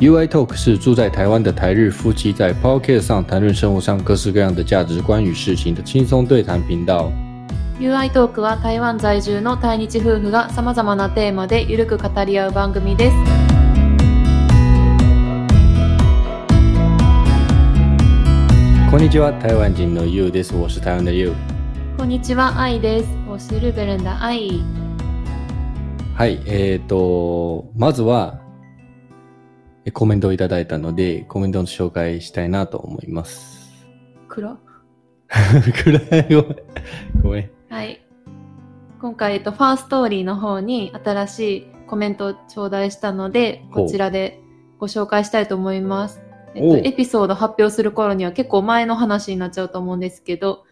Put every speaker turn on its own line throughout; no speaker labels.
UI Talk 是住在台湾的台日夫妻在 Pocket 上谈论生活上各式各样的价值观与事情的轻松对谈频道。
UI トークは台湾在住の対日夫婦がさまざまなテーマでゆるく語り合う番組です。
こんにちは、台湾人の You です。我是台湾的 You。
こんにちは、愛です。我是日本人的愛。
はい、えーと、まずは、えコメントをいただいたので、コメントの紹介したいなと思います。
黒
暗いわ。ごめん。
はい。今回、えっと、ファーストーリーの方に新しいコメントを頂戴したので、
ほう
こちらでご紹介したいと思います。え
おう
っと、エピソード発表する頃には結構前の話になっちゃうと思うんですけど、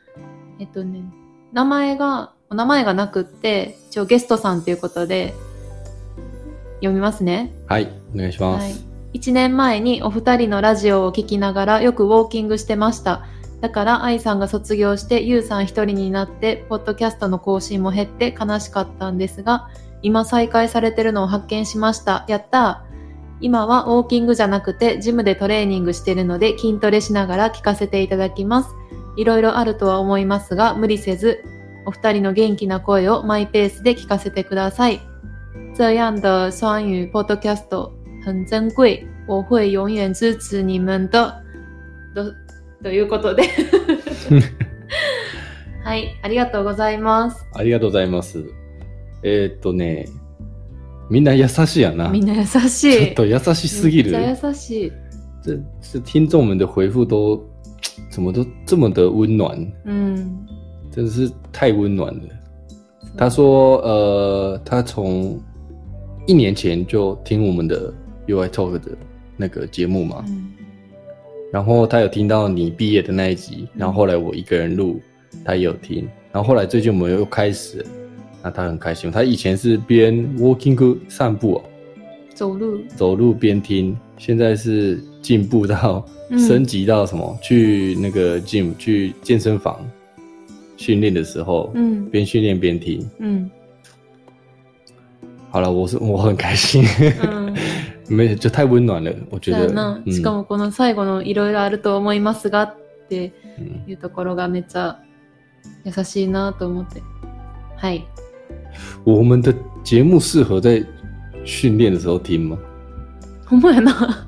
えっとね、名前が、お名前がなくって、一応ゲストさんということで、読みますね。
はい、お願いしま
はい
す。、
1年前にお二人のラジオを聞きながらよくウォーキングしてましただから愛さんが卒業してゆうさん一人になってポッドキャストの更新も減って悲しかったんですが今再開されてるのを発見しましたやったー今はウォーキングじゃなくてジムでトレーニングしてるので筋トレしながら聞かせていただきますいろいろあるとは思いますが無理せずお二人の元気な声をマイペースで聞かせてください这样的双语 Podcast 很珍贵，我会永远支持你们的。とということ で、はい、ありがとうございます。
ありがとうございます。えーっとね、みんな優しいやな。
みんな優しい。
ちょっと優しすぎる。
めっちゃ優しい。
这这听众们的回复都怎么都这么的温暖，
うん。
真是太温暖了。他说，呃，他从一年前就听我们的 UI Talk 的那个节目嘛，
うん
然后他有听到你毕业的那一集，然后后来我一个人录，他也有听，然后后来最近我们又开始，那他很开心。他以前是边 walking 散步、哦，
走路。
走路边听，现在是进步到
嗯
升级到什么？去那个 gym 去健身房训练的时候，
うん。
边训练边听。
うん。
好了，我是 我很开心，
うん。
没有就太温暖了，我觉
だ
得
よ。な。
嗯
しかもこの最後のいろいろあると思いますがって
嗯
いうところがめっちゃ優しいなと思って。はい。
我们的节目适合在训练的时候听吗？
ほんまやな。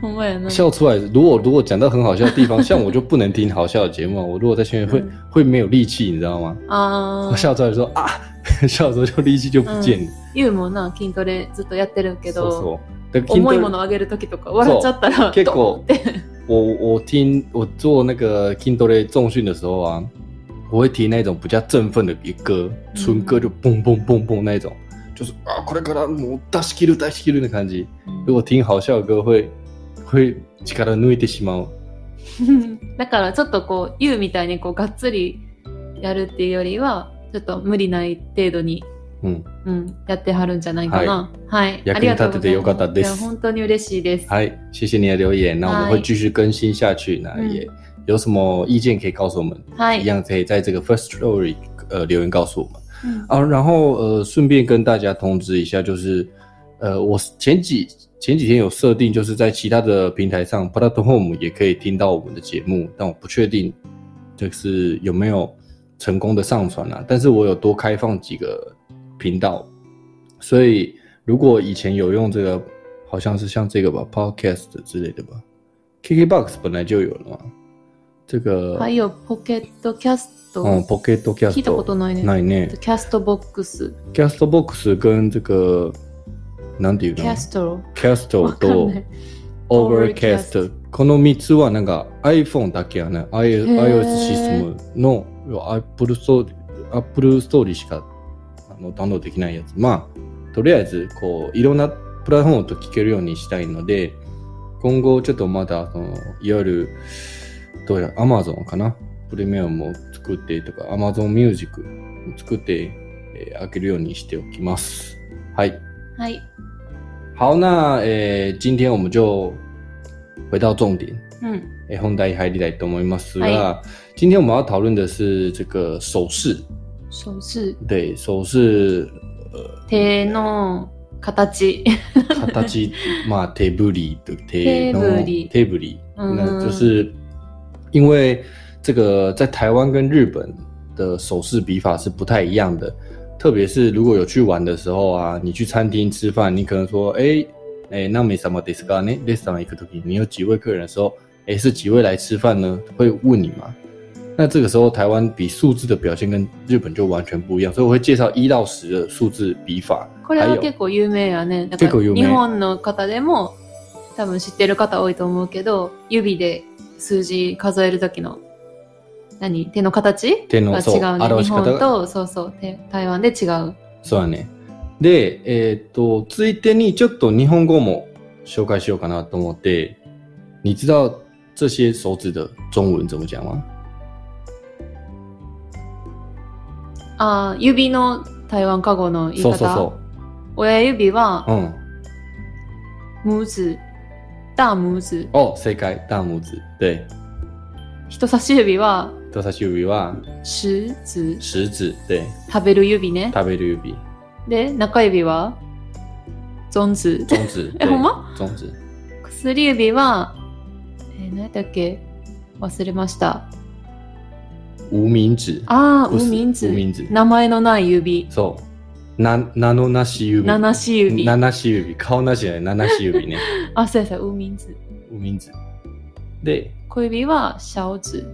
ほんまやな。
笑出来。如果如果讲到很好笑的地 方，像我就不能听好笑的节目啊，我如果在训练会、
嗯
会没有力气，你知道吗？
あ
我
あ、
笑出来说啊， 笑的时候就力气就不见了。
ユウもな、筋トレずっとやってるけ
そ
ど、
うそう。だから筋
重い
トレ
ものを上げるときとか、笑っちゃったら、
結
ドン
構
って
我我听我做那个 Kindle 重训的时候啊，我会听那种比较振奋的歌，纯歌就蹦蹦蹦蹦那种，就是啊，これからもう出し切る出し切る的感じ。如果听好笑的歌会会力抜いてしまう。
だから、ちょっとこう、ユウみたいにこう、がっつりやるっていうよりは、ちょっと無理ない程度に、
うん。
うん、やってはるんじゃないかな。はい。
役
あ
に
り
立
がとう
ててよ
ございます
かったです
いや本当に嬉しいです。
嗨，哎谢谢你的留言，那我们
嗨
会继续更新下去。那
嗯哎
也有什么意见可以告诉我们，
は
一
い。
样可以在这个 First Story 呃留言告诉我们。
うん
啊，然后呃，顺便跟大家通知一下，就是呃，我前几前几天有设定，就是在其他的平台上 p l a t f o r m 也可以听到我们的节目，但我不确定就是有没有成功的上传啦、但是我有多开放几个频道，所以如果以前有用这个，好像是像这个吧，Podcast 之类的吧，KKBox 本来就有了嘛，这个
はいよ、ポケットキャスト。
嗯，Pocket
聞いたこと
Cast
ないね。
那一内。
キャストボックス。
Castbox 跟这个なんていう
キ
の
ャスト。
Castle
わかん
と
ない。
Overcast この3つはなんか iPhone だけやね I-
へー
iOS システムの Apple Store, Apple Store しかあのダウンロードできないやつまあとりあえずこういろんなプラットフォームと聞けるようにしたいので今後ちょっとまだそのいわゆるどうやら Amazon かなプレミアムを作ってとか Amazon Music を作って、えー開けるようにしておきますはい
はい。
好，那呃，今天我们就回到重点。
うん。
え本題入りたいと思いますが、
は
今天我们要讨论的是这个手势，
手是
对手势，呃，
手の形。
形、まあ、手振り的手の
手振り
手振り，
嗯
那就是因为这个在台湾跟日本的手势笔法是不太一样的，特别是如果有去玩的时候啊，你去餐厅吃饭，你可能说，哎、哎、那没什么 d i s c o 呢 d i s c o 一个 t 你有几位客人的时候，哎、是几位来吃饭呢？会问你嘛？那这个时候，台湾比数字的表现跟日本就完全不一样，所以我会介绍一到十的数字笔法。
これは結構有名やね。だから
結構有名
日本の方でも多分知ってる方多いと思うけど、指で数字数える時の何手の形
手の
が
そう
違うね。
表
日
し方
本
が
とそうそうて台湾で違う。
そうやね。で、えーっと、ついでにちょっと日本語も紹介しようかなと思って、你知道这些手指的中文怎么讲吗？
あー指の台湾加護の言い
そう
方。
そうそ
親指は
う。うん。
ムーズ、大ムーズ。
哦，正解、大拇指。对。
人差し指は
人差し指は
食指、
食指。对。
食べる指ね。
食べる指。
で、中指はゾンズ。
中指。
え
对
ほんま
中指。
薬指は、えー、何やったっけ忘れました。
無名指。
ああ、
不
無
是
名
無
指。
名指。
名前のない指。
そう。な、名のなし指。
七し指。
七し指。顔なしじゃない。七し指ね。
あ、そうやそうや、無名指。
無名指。で、
小指は小指。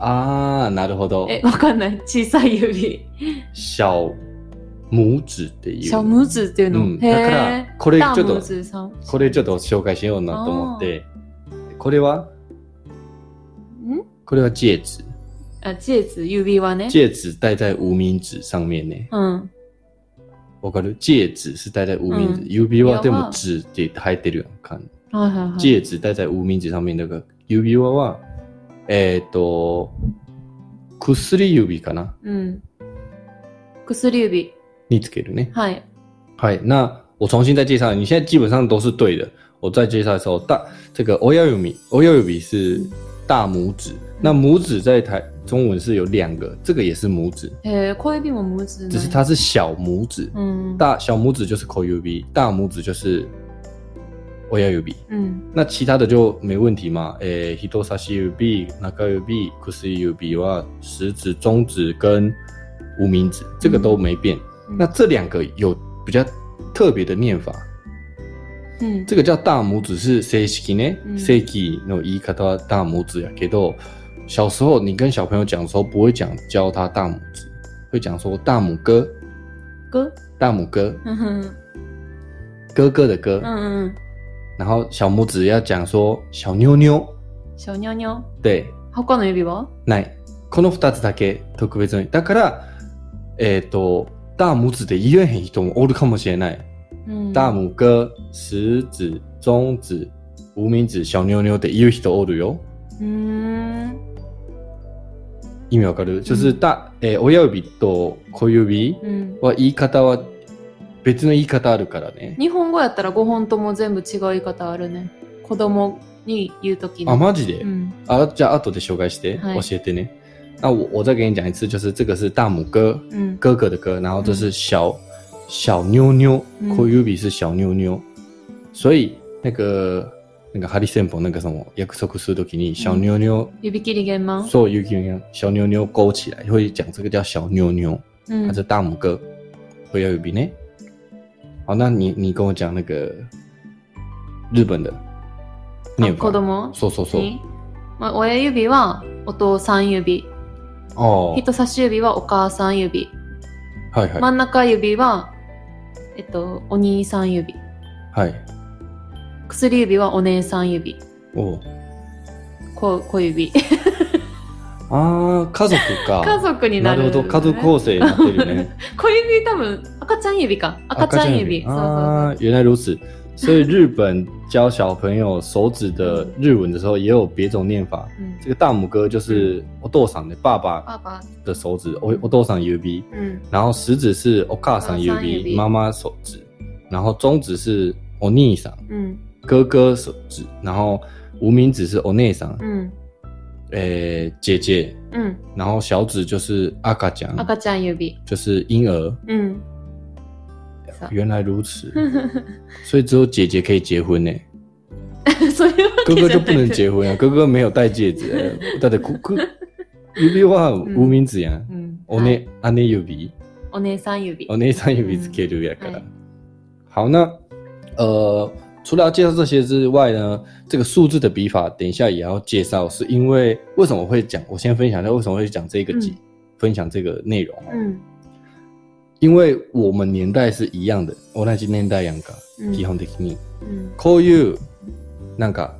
あー、なるほど。
え、わかんない。小さい指。
小拇指っていう。
小拇指っていうの。
うん
へ
だから
え。
これちょっと
大拇指さん。
これちょっと紹介しようなと思って。これは
ん
これは戒指。
あ、戒指、指輪ね。
戒指戴在無名指上面ね。
うん。
わかる戒指是戴在无名指。
うん
指輪で
指輪
も
は
指って入ってるやんか。
はいはいはい。
戒指戴在無名指上面那个指輪は、えーっと、薬指かな
うん。薬指。
につけるね。
はい。
嗨，那我重新再介绍，你现在基本上都是对的。我再介绍的时候，大这个 o y a y u m i o y a y u m i 是大拇指，那拇指在台中文是有两个，这个也是拇指，
えー、小指も拇指なんや
只是它是小拇指，
うん。
大小拇指就是 k o y u b i 大拇指就是 o y a y u b i
うん。
那其他的就没问题嘛？诶，hito sashi u b i naka u b i kusi u b i 哇，食指、中指跟无名指，这个都没变。
うん
那这两个有比较特别的念法，
うん。
这个叫大拇指是 s e i k i
嗯
呢 s e i k i 那一看到大拇指呀，给到小时候你跟小朋友讲的时候，不会讲教他大拇指，会讲说大拇哥，
ぐ
大拇哥，
うんうん
哥哥的哥
う，んうん。
然后小拇指要讲说小妞妞，
しょにょにょ。
对，
他の指は
ない。この二つだけ特別に。だから、えっ、と、大拇指で言えへん人もおるかもしれない。
うん
大拇哥、食指、中指、無名指、小妞妞で言う人おるよ。
うーん。
意味わかる、就是大、えー親指と小指
うん。
は言い方は別の言い方あるからね。
日本語やったら5本とも全部違う言い方あるね。子供に言うときの。
あ、マジで、
うん。
あ、じゃあ後で紹介して、
はい
教えてね。那我我再给你讲一次，就是这个是大拇哥，
うん。
哥哥的哥，然后这是小、小妞妞
嗯
k o y u b i 是小妞妞，所以那个那个哈利森博那个什么约克索库斯多基尼小妞妞，
指切り弦満。
所有 UK 一样小妞妞勾起来会讲这个叫小妞妞，
うん
它是大拇哥 k o y u b i 呢。好，那你你跟我讲那个日本的念
あ
法
子，供
说说说
に。まあ、親指はお父さん指。
哦，
人差し指はお母さん指。
嗨嗨
真ん中指は、えっと、お兄さん指。
嗨，
薬指はお姉さん指。
哦
小 小指。
啊，家族か。
家族に
な
な
る
る、
ほど、家族構成になってるね。
小指多分赤ちゃん指か 赤ちゃん指そうそうそう
啊，原来如此。所以日本教小朋友手指的日文的时候，也有别种念法。
うん
这个大拇哥就是
嗯
我豆上的爸爸
パパ
的手指，我我豆上 U B，
うん
然后食指是我卡上 U
お母さん
B，
指
妈妈手指，然后中指是我逆上
うん
哥哥手指，然后无名指是我内上，
うん
诶、姐姐，
うん
然后小指就是阿卡酱，
赤ちゃん指
就是婴儿，
うんさ。
原来如此，所以只有姐姐可以结婚 呢、
そう いうわ
哥
け
哥就不能
じゃなくて。
结婚啊，哥哥没有戴戒指、欸，だってここ指は無名指や啊ん。
うん
お
はい
ね、姉指、
お姉さん指。
お姉さん指つけるやから。
はい
啊好，那呃，除了要介绍这些之外呢，这个数字的笔法，等一下也要介绍，是因为为什么会讲？我先分享一下为什么会讲这个集，
嗯
分享这个内容哦、
うん。
因为我们年代是一样的，同じ年代やんか、
うん
基本的に。
うん
こういうなんか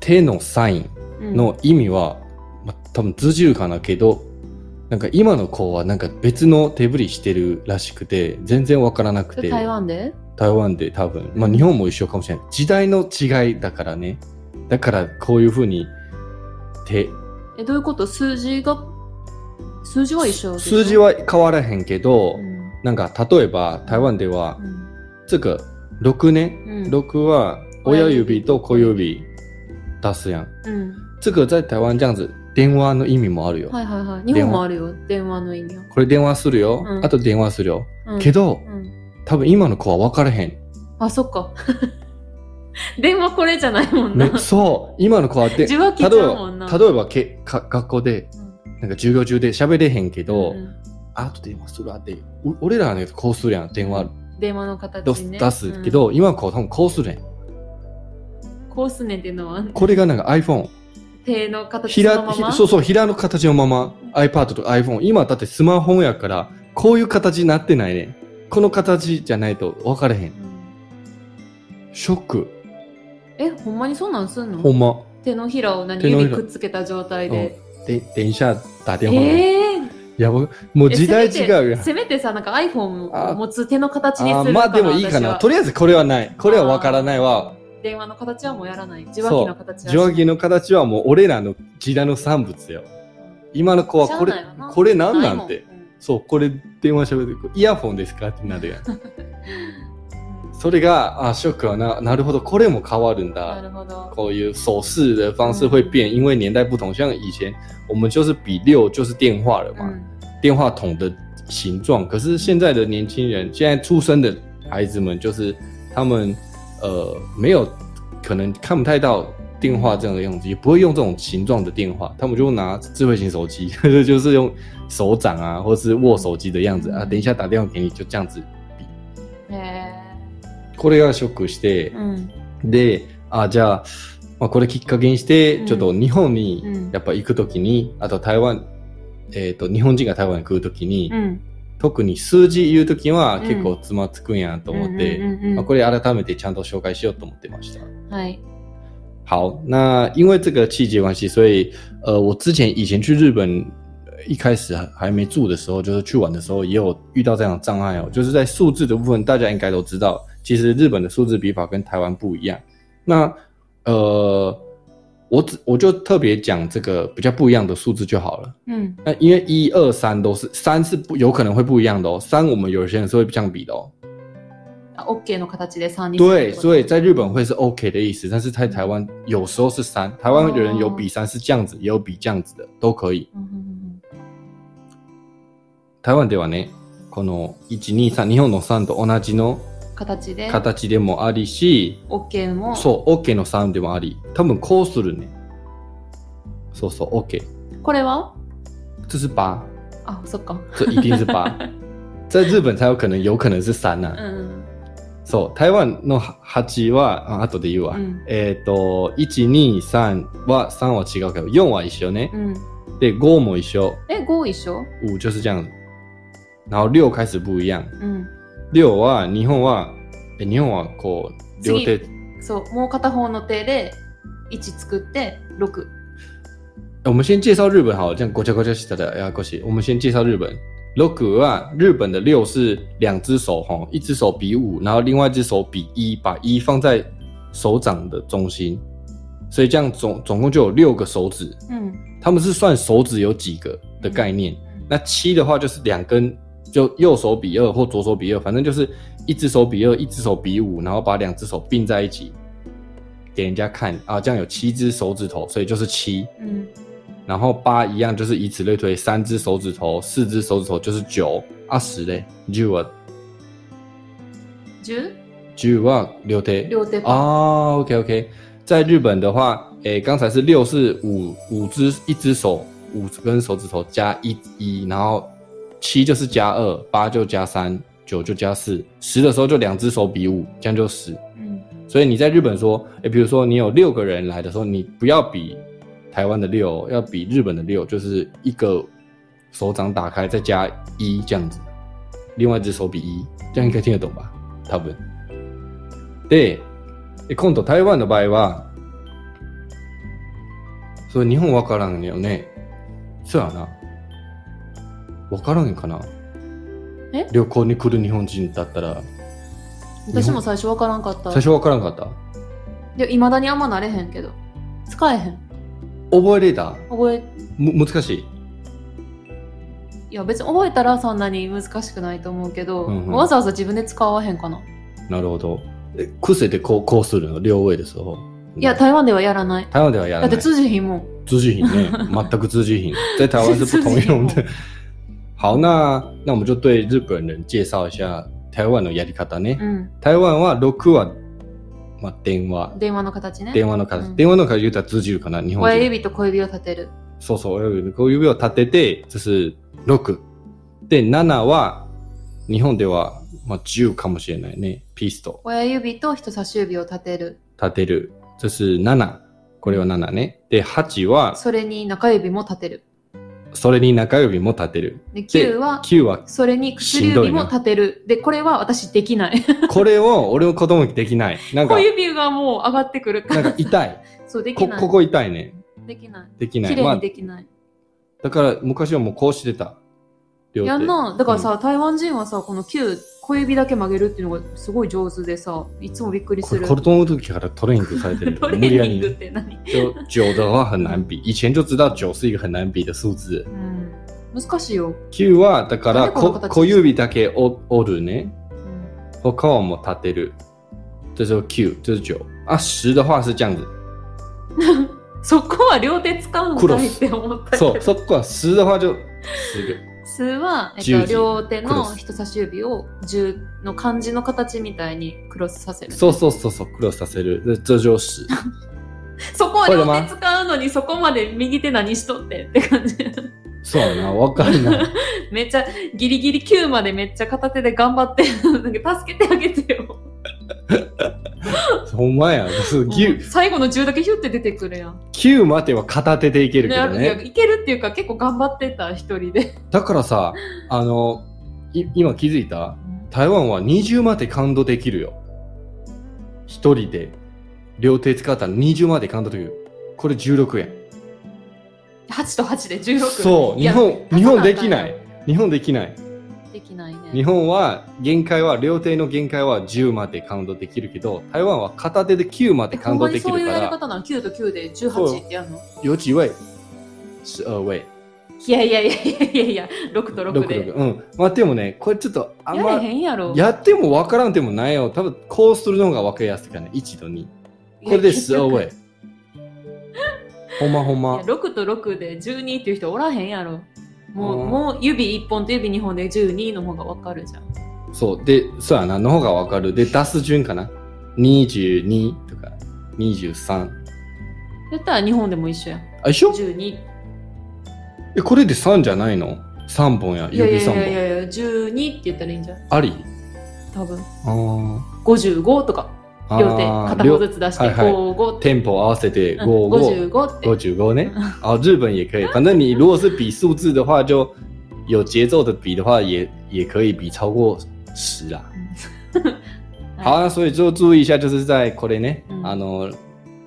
手のサイン。
うん
の意味は、まあ、多分通じるかなけどなんか今の子はなんか別の手振りしてるらしくて全然わからなく
それ
て
台湾で
台湾で多分、まあ、日本も一緒かもしれない時代の違いだからねだからこういうふうに手
え、どういうこと数字が、数字は一緒でしょ
数字、は変わらへんけど、
うん
なんか例えば台湾では
うん
这个6ね、
うん
6は親指と小指出すやん
うん
这个在台湾这样子電話の意味もあるよ、
はいはいはい。日本もあるよ。電話の意味は。
これ電話するよ、
うん
あと電話するよ、
うん
けど、
うん
多分今の子は分からへん、
あ、そっか。 電話これじゃないもんな
ね。そう今の子はで
受話器ち
例え
ゃうもんな。
ば例えばけか学校でなんか授業中で喋れへんけど、
うん
あと電話するわってお俺らはねこうするやん電話
電話の
出
形
す,、
ね。
出すけ
うん、
ど、今の子は多分こうするやん
コースネっていうのは
これがなんか iPhone
手の形
ひ
そ
ら
のまま
ひそうそう平の形のまま iPad とか iPhone 今だってスマホやからこういう形になってないねこの形じゃないと分からへん
うん
ショック
え、ほんまにそんなんすん
ほ
の
んま
手のひらを何
手のひ
指
ら
くっつけた状態で。
で電車打電話、
ええ
いや僕もう時代違うやん
せめてさ、なんか iPhone
あ
を持つ手の形に
あ
す
ー
る
ま
か
あ
な
でもいいかな
私
と
は
りあえずこれはないこれはわからないは
電話の形はもうやらない。受話
そう
器の形は。
受話器の形はもう俺らの時代の産物よ今の子はこれ
しゃあないわな
これなんなんて
いもん
そうこれ電話しゃべってこれイヤフォンですかってなる やんそれがあショックはななるほどこれも変わるん
な
だ
るほど。
こういう手势的方式会变，因为年代不同。像以前我们就是比六就是电话了
う
嘛，
ん
电话筒的形状。可是现在的年轻人，现在出生的孩子们，就是他们呃没有可能看不太到电话这样的样子，也不会用这种形状的电话，他们就拿智慧型手机，就是用手掌啊，或是握手机的样子啊。等一下打电话给你，就这样子。
へ
これがショックして
え。、うん。
で、あ、じゃあ、まあ、これきっかけにして、
うん
ちょっと日本に
うん
やっぱ行くときに、あと台湾、えっ、と、日本人が台湾に来るときに、
うん。
特に数字言うときは
うん
結構つまつくんやなと思っ
う
て、
んうんうんうん
まあ、これ改めてちゃんと紹介しようと思ってました。
はい。
好，那因为这个季节关系，所以呃，我之前以前去日本，呃一开始还还没住的时候，就是去玩的时候，也有遇到这样的障碍哦。就是在数字的部分，大家应该都知道，其实日本的数字笔法跟台湾不一样。那呃，我只我就特别讲这个比较不一样的数字就好了。
うん。
那因为一二三都是三是不有可能会不一样的哦，三我们有些人是会这样比的哦。
あ OK の形で3人。
对，所以
い。
在日本会是 OK 的意思，但是在台湾有时候是三，台湾人有比三是这样子，也有比这样子的，都可以。
うんうん
台湾ではね、この一二三、日本の三と同じの
うん形で。
形でもありし、
OK も。
そう、OK の三でもあり、多分こうするね。そうそう、OK，
これは
这是八，
あ、そっか。
这一定是八，在日本才有可能，有可能是三呐、
うんうん。
そう、台湾の8は、あ後で言うわ。
うん
えっ、と、1、2、3は、3は違うけど、4は一緒ね。
うん。
で、5も一緒。
え、5一緒
5就是这样子。然後6開始不一样。
うん。
6は、日本は、え、日本はこう、両手、
そう。もう片方の手で1作って6。
我们先介绍日本好了，这样国家国家是的，哎呀，恭喜！我们先介绍日本。六啊，日本的六是两只手哈，一只手比五，然后另外一只手比一，把一放在手掌的中心，所以这样总总共就有六个手指。
うん。
他们是算手指有几个的概念。
嗯
那七的话就是两根，就右手比二或左手比二，反正就是一只手比二，一只手比五，然后把两只手并在一起给人家看啊，这样有七只手指头，所以就是七。
うん。
然后八一样就是以此类推，啊三只手指头，四只手指头就是九，二十嘞，就我
十
十は啊六手。
両手パ
啊、o k OK，在日本的话，诶，刚才是六是五五只一只手五根手指头加一一，然后七就是加二，八就加三，九就加四，十的时候就两只手比五，这样就十。
うん
所以你在日本说，诶，比如说你有六个人来的时候，你不要比台湾的六哦，要比日本的六，就是一个手掌打开再加一这样子，另外一只手比一，这样应该听得懂吧？多分。で、え今度台湾の場合は、そう日本わからんよね。そうやな。わからんかな。
え
旅行に来る日本人だったら、
私も最初わからんかった
最初わからんかった。
いまだにあんまなれへんけど使えへん
覚えれた
覚え
む難しい。
いや別に覚えたらそんなに難しくないと思うけど、
うんうん
わざわざ自分で使わへんかな、
なるほど。え癖でこうこうするの両位ですよ。
いや台湾ではやらない
台湾ではや
だ
らな
って
い。
通じひんもん
自制品ね，全く自制 品，在台湾是不通用
自制
的。好，那那我们就对日本人介绍一下台湾のやり方ね。
うん
台湾は六はまあ電話、
電話の形ね
電話の数、
うん
電話の数言ったら通じるかな日本
親
人。
指と小指を立てる
そうそう親指こう指を立てて、这是六。で七は日本ではまあ十かもしれないね。ピスト。
親指と人差し指を立てる
立てる。这是7。これは7ね。で、8は、
それに中指も立てる
それに中指も立てる。
で
で、
9は
9は、
それに薬指も立てるでこれは私できない
これ を俺も子供にできない。なんか
小、指がもう上がってくるか
なん
ら
か痛い。
そうでき
こ、
ない
ここ痛いね。
できない
できな
綺
い。
麗
ま
に
あ、
できない、
だから昔はもうこうしてた。両手
やんなだからさ、台湾人はさこの9小指だけ曲げるっていうのがすごい上手でさいつもびっくり
こ
す
れ
る
子供の時からトレーニングされてる。
トレ
無理や
ーニングっ
り。
て何、
就九的话很难比，以前就知道九是一个很难比的数字。
うん、難しいよ、
九はだから
なんでこの
こ
形
小指だけ折折るね。
うん
他我们立てる。这是 Q，这是九啊。十的话是这样子，
そこは両手使うんだいって思ったけ
错
ど
错过十的话就十个。
数は、えっ
十
と、
字
両手
クロ
の
ス
人差し指を十の漢字の形みたいにクロスさせる
そうそうそうそう、クロスさせる。で这就十。
そこは両手使うのにそこまで右手何しとってって感じ
そうやな、わかん ない。
めっちゃギリギリ9までめっちゃ片手で頑張ってなんか助けてあげてよ
ほんまや。そう
うん
九
最後の10だけヒュって出てくるやん、
九までは片手でいけるけど
ね、いや
ね。
いけるっていうか結構頑張ってた一人で
だからさ、あの、い今気づいた台湾は20まで感動できるよ。一人で、両手使ったら20まで感動できる。これ16円。
8と8で16
そう、
い
日
や
本、日
高かった
本できない。日本できない。
できないね
日本は限界は、両手の限界は10までカウントできるけど、台湾は片手で9までカウ
ほ
ン
ん
ト
まに
でき
そうい
る
う
か
やり
ら、
方なの9と9で18ってやるの
有几位 ?12 位。
いやいやいやいやいやいや6と6で
六うん。まあでもね、これちょっとあん
や
ま
れへ、んやろ
やってもわからんでもないよ。多分こうするのがわかりやすいからね。1と2。これで12
いや
位。ほんまほんま。
6と6で12っていう人おらへんやろもう,、
うん
もう指1本と指2本で12の方がわかるじゃん
そう。で、そうやな。の方がわかる。で、出す順かな。22とか23。
だったら日本でも一緒やん
あ、一緒
12
え、これで3じゃないの ?3 本や。
いやい
指
や
3
いやい
本。
やいや12って言ったらいいんじゃん
あり
多分
あー
55とか
あー。
両手片方ずつ出して
はいはい
55って、
テンポ合わせて
う
5、
ん
5。
55って
55ね。啊，日本也 可以，反正你如果是比数字的话，就有节奏的比的话也，也可以比超过十 啦。
嗯
好啊，所以就注意一下，就是在これね、
嗯
あの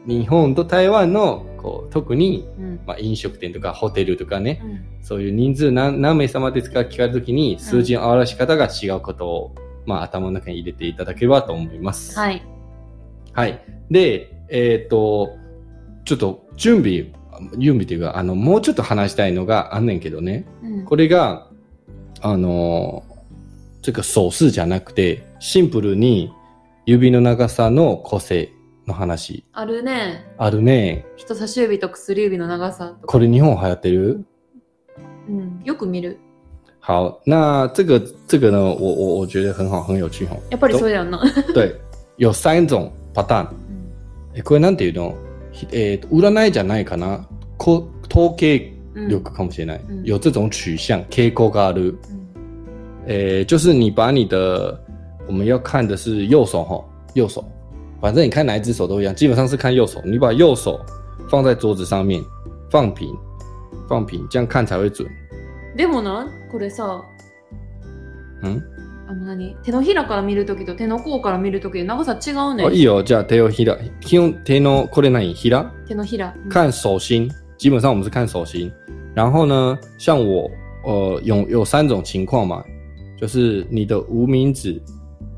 日本と台湾のこう特に
うん
まあ飲食店とかホテルとかね、
うん
そういう人数何何名様ですか聞かれるときに数字の表し方が違うことを、まあ頭の中に入れていただければと思います。。
はいい
はい。で、えーっと、ちょっと準備、準備というか、あの、もうちょっと話したいのがあんねんけどね。
うん
これが、あのー、这个手勢じゃなくて、シンプルに指の長さの個性の話。
あるね
あるね。
人差し指と薬指の長さとか、
これ日本流行ってる
うん、よく見る
好，那这个这个呢，我我我觉得很好，很有趣哦。
やっぱりそうやんな。
对，有三种パターン。え、これなんていうのひえーと占いじゃないかなこ統計
うん
力かもしれない。
嗯
有这种取向、傾向がある。
うん
诶，就是你把你的我们要看的是右手哈，右手，反正你看哪一只手都一样，基本上是看右手。你把右手放在桌子上面，放平，放平，这样看才会准。
でもな、これさ、
嗯，
あの何手のひらから見るときと手の甲から見るときで長さ違うね
哦，
ん。
一有叫 tail hira，用 tail k o r e n a hira，
手のひら。うん
看手心，基本上我们是看手心。然后呢，像我，呃，有有三种情况嘛，就是你的无名指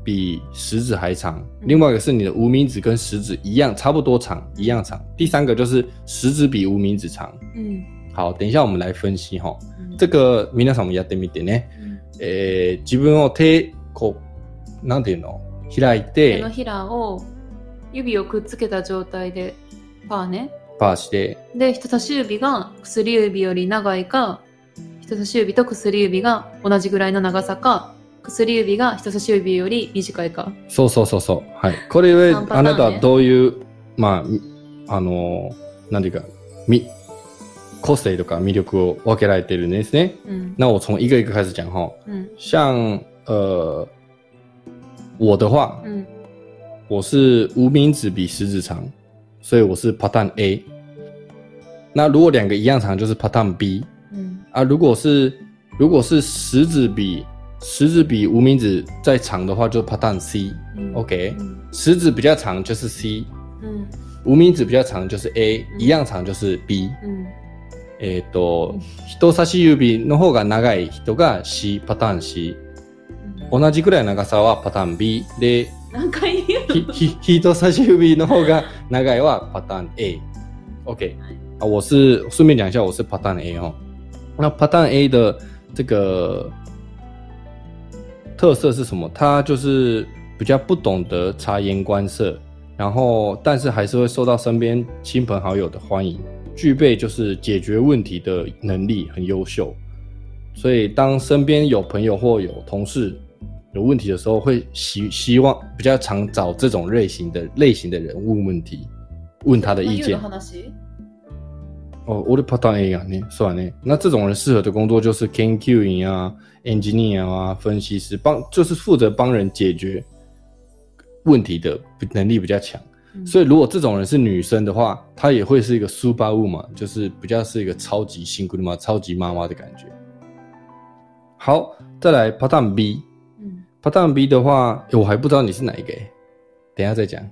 比食指还长，
嗯
另外一个是你的无名指跟食指一样，差不多长，一样长。第三个就是食指比无名指长。
うん。
好，等一下我们来分析哈。
うん
这个皆さんもやってみてね。
うん
えー、自分を手こうなんていうの開い
手
て
のひらを指をくっつけた状態で、パーね。
パーして、
で、人差し指が薬指より長いか、人差し指と薬指が同じぐらいの長さか、薬指が人差し指より短いか。
そうそうそうそう。はい。これは
パン、パ
あ
ンだ
な
ね
たはどういう、まあみ、あのー、なんていうか、み、個性とか魅力を分けられてるんですね。
うん。
那我从一个一个开始讲哈。
うん。
像、呃、我的话
う、ん。
我是无名指比食指长，所以我是 pattern A。那如果两个一样长，就是 pattern B。
うん。
啊，如果是如果是食指比食指比无名指再长的话，就是 pattern C。
うん。
OK。
うん。
食指比较长就是 C，
うん。
无名指比较长就是 A，、
嗯
一样长就是 B。
うん。
えっ、と、人差し指の方が長い人が C パターン C。同じくらい長さはパターン B で、
何回言う
ひひ人差し指の方が長いはパターン A。OK，啊，我是顺便讲一下，我是 Pattern A 哦。那 Pattern A 的这个特色是什么？它就是比较不懂得察言观色，然后但是还是会受到身边亲朋好友的欢迎，具备就是解决问题的能力，很优秀。所以当身边有朋友或有同事有问题的时候，会希希望比较常找这种类型的类型的人问问题，问他的意
眉
见
の。話
哦，我的 pattern A 啊，你算呢？那这种人适合的工作就是研究员啊、engineer 啊、分析师，帮就是负责帮人解决问题的能力比较强。
うん
所以如果这种人是女生的话，她也会是一个 super woman，就是比较是一个超级辛苦的妈、超级妈妈的感觉。好，再来 pattern B，pattern
うん。
B 的话、诶我还不知道你是哪一个、诶等一下再讲。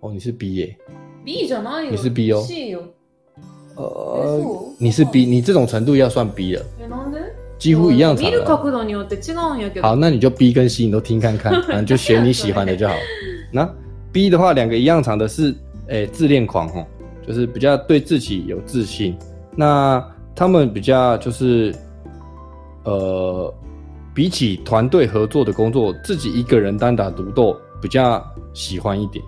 哦，你是 B 耶、
B じゃないよ。
你是 B よ
C よ。え
呃
そう，
你是 B，
哦
你这种程度要算 B 了，
え、なんで
几乎一样长
見る
了。
角度によって違うんやけど。
好，那你就 B 跟 C 你都听看看，反正就选你喜欢的就好。那 B 的话，两个一样长的是，诶、自恋狂哦，就是比较对自己有自信。那他们比较就是，呃，比起团队合作的工作，自己一个人单打独斗比较喜欢一点。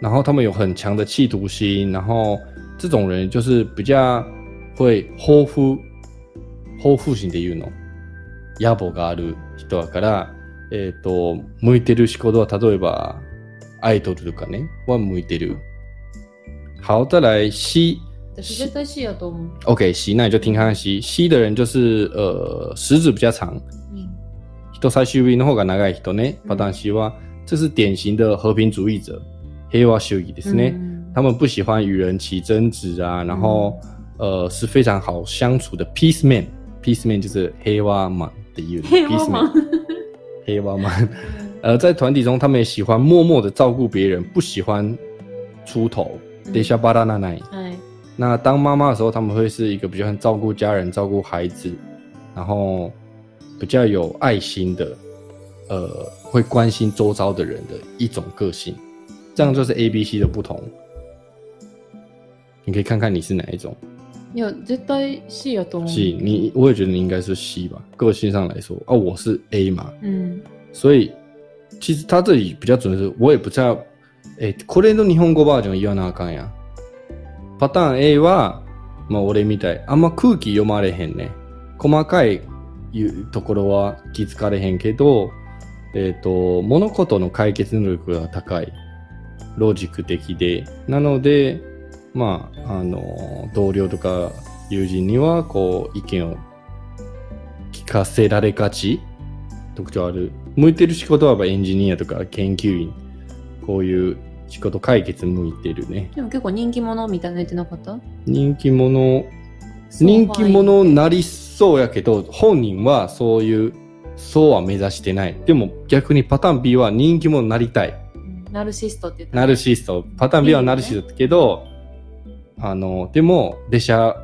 然后他们有很强的企图心，然后这种人就是比较会抱負抱負心で言うの野望がある人だから、えっ、と、向いてる仕事は例えばアイドルとかね、は向いてる。好，再来 C，
私絶対 C やと思う。
OK，吸，那你就听看看吸。吸的人就是呃食指比较长，
うん
人差し指の方が長い人ね。パターン C は，这是典型的和平主义者，平和主義ですね。
うん
他们不喜欢与人起争执啊，然后、呃是非常好相处的 peace man。peace man 就是黑蛙满的意思。
平和
peace
マ
man，
ン。
黑蛙满。呃，在团体中，他们也喜欢默默的照顾别人，不喜欢出头。等一下，巴拉那奈。
はい。
那当妈妈的时候，他们会是一个比较照顾家人、照顾孩子，然后比较有爱心的，呃，会关心周遭的人的一种个性。这样就是 A、B、C 的不同。你可以看看你是哪一种。
いや、絶対 C やと思う。
是你，我也觉得你应该是 C 吧。个性上来说，哦，我是 A 嘛，
うん。
所以其实他这里比较准的是，我也不知道。诶、これの日本語バージョン言わなあかんやん。パターン A は、まあ俺みたい。あんま空気読まれへんね。細かいいうところは気づかれへんけど、えっ、と、物事の解決能力が高い。ロジック的で。なので、まあ、あの、同僚とか友人には、こう、意見を聞かせられがち特徴ある。向いてる仕事はやっぱエンジニアとか研究員。こういう仕事解決向いてるね。
でも結構人気者みたいなの言ってなかった
人気者人気者になりそうやけど本人はそういうそうは目指してないでも逆にパターン B は人気者になりたい
うんナルシストって言ってた
ナルシストパターン B はナルシストだけどあのでも出しゃ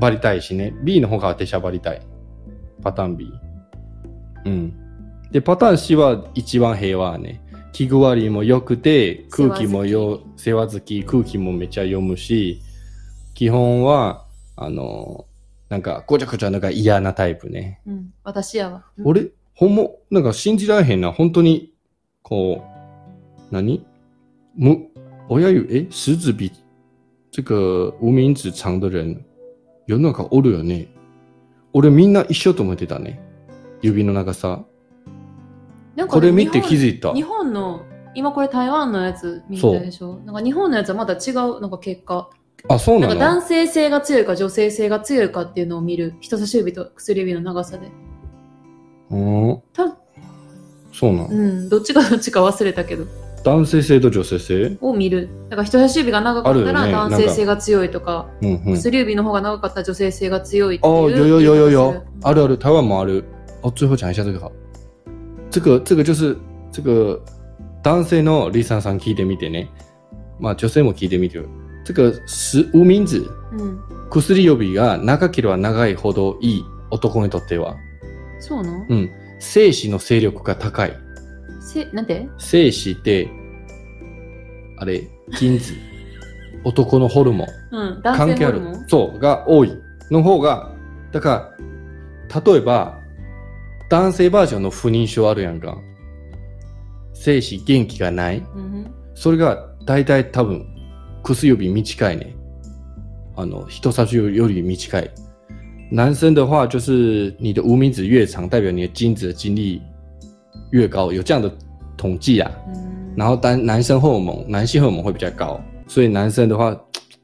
ばりたいしね B の方が出しゃばりたいパターン B うんでパターン C は一番平和ね気具合も良くて空気もよ世話好き空気もめちゃ読むし基本はあのなんかごちゃごちゃなんか嫌なタイプね
うん、私やわ。うん
俺、ほんも、なんか信じられへんな。本当に、こう、何む、我要有、え、石子比这个无名指长的人、世の中おるよね。俺みんな一緒と思ってたね。指の長さ。
なんか
これ見て気
い
づいた。
日本の、今これ台湾のやつ見たでしょなんか日本のやつはまた違う、なんか結果。
あ、そう
な
なん
か
の
男性性が強いか女性性が強いかっていうのを見る。人差し指と薬指の長さで。
うん。
た
そうなん、
うん、どっちがどっちか忘れたけど。
男性性と女性性
を見る。だから人差し指が長かった
あ
ら
るよね
男性性が強いとか、
うんうん。
薬指の方が長かったら女性性が強いっていう。
哦，有有有有
言い
有
方す，
啊对啊对，台湾马的哦，最后讲一下这个好，这个这个就是这个男性のリサさん聞いてみてね。まあ女性も聞いてみてよ。这个十無名指
るうん。
薬指が長ければ長いほどいい男にとっては、
そうなの、
うん、精子の勢力が高い。
せ、なんて
精子ってあれ金子男のホルモン。
うん。男
関
性
係
ホ
あ
ル
る
モン。
そうが多いの方がだから例えば男性バージョンの不妊症あるやんか精子元気がない
うん。
それが大体多分薬指短いねあの人差し指より短い男生的话就是你的无名指越长代表你的精子的精力越高有这样的统计啊
うん
然后单男生荷尔蒙男性荷尔蒙会比较高所以男生的话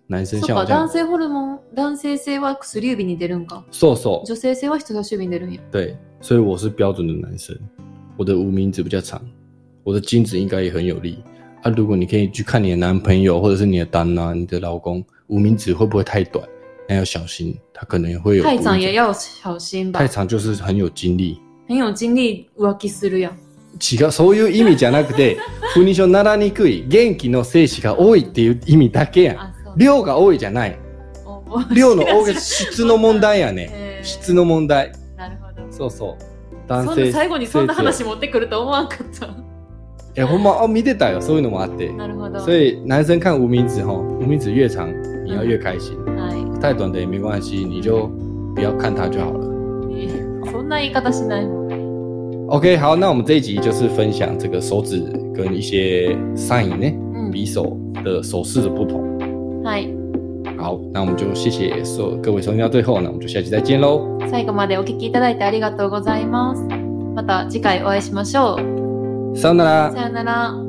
男生
そ
像
っ
我
か、
这样
男性ホルモン、男性性は薬指に出るんか。
そうそう。
女性性は人差し指に出るんや。
对，所以我是标准的男生，我的无名指比较长，我的精子应该也很有力。啊，如果你可以去看你的男朋友或者是你的单啊，你的老公无名指会不会太短？那要小心，他可能会有
太长也
要
要小心吧
太。长就是很有精力。
很有精力浮気するやん。
違うそういう意味じゃなくて不妊症ならにくい元気の精子が多いっていう意味だけや ん
あ、そう。
量が多いじゃ ない
おお
量 の多い質の問題やね
えー
質の問題
なるほど。
そうそう
そ
男
んな
性
最後にそんな
性強い
話持ってくると思わんかった。
え、ほんま、あ、見てたよ。そういうのもあって。
なるほど。
所以男生看无名指吼，无名指越长，你要越开心；
は
太短的也没关系，你就不要看它就好了。
い。そんな言い方しない。
OK，好，那我们这一集就是分享这个手指跟一些 sign 呢，
うん。
匕首的手势的不同。
はい。
好，那我们就谢谢所各位收听到最后，那我们就下期再见喽。
最後までお聞きいただいてありがとうございます。また次回お会いしましょう。
桑德拉
さ。よなら。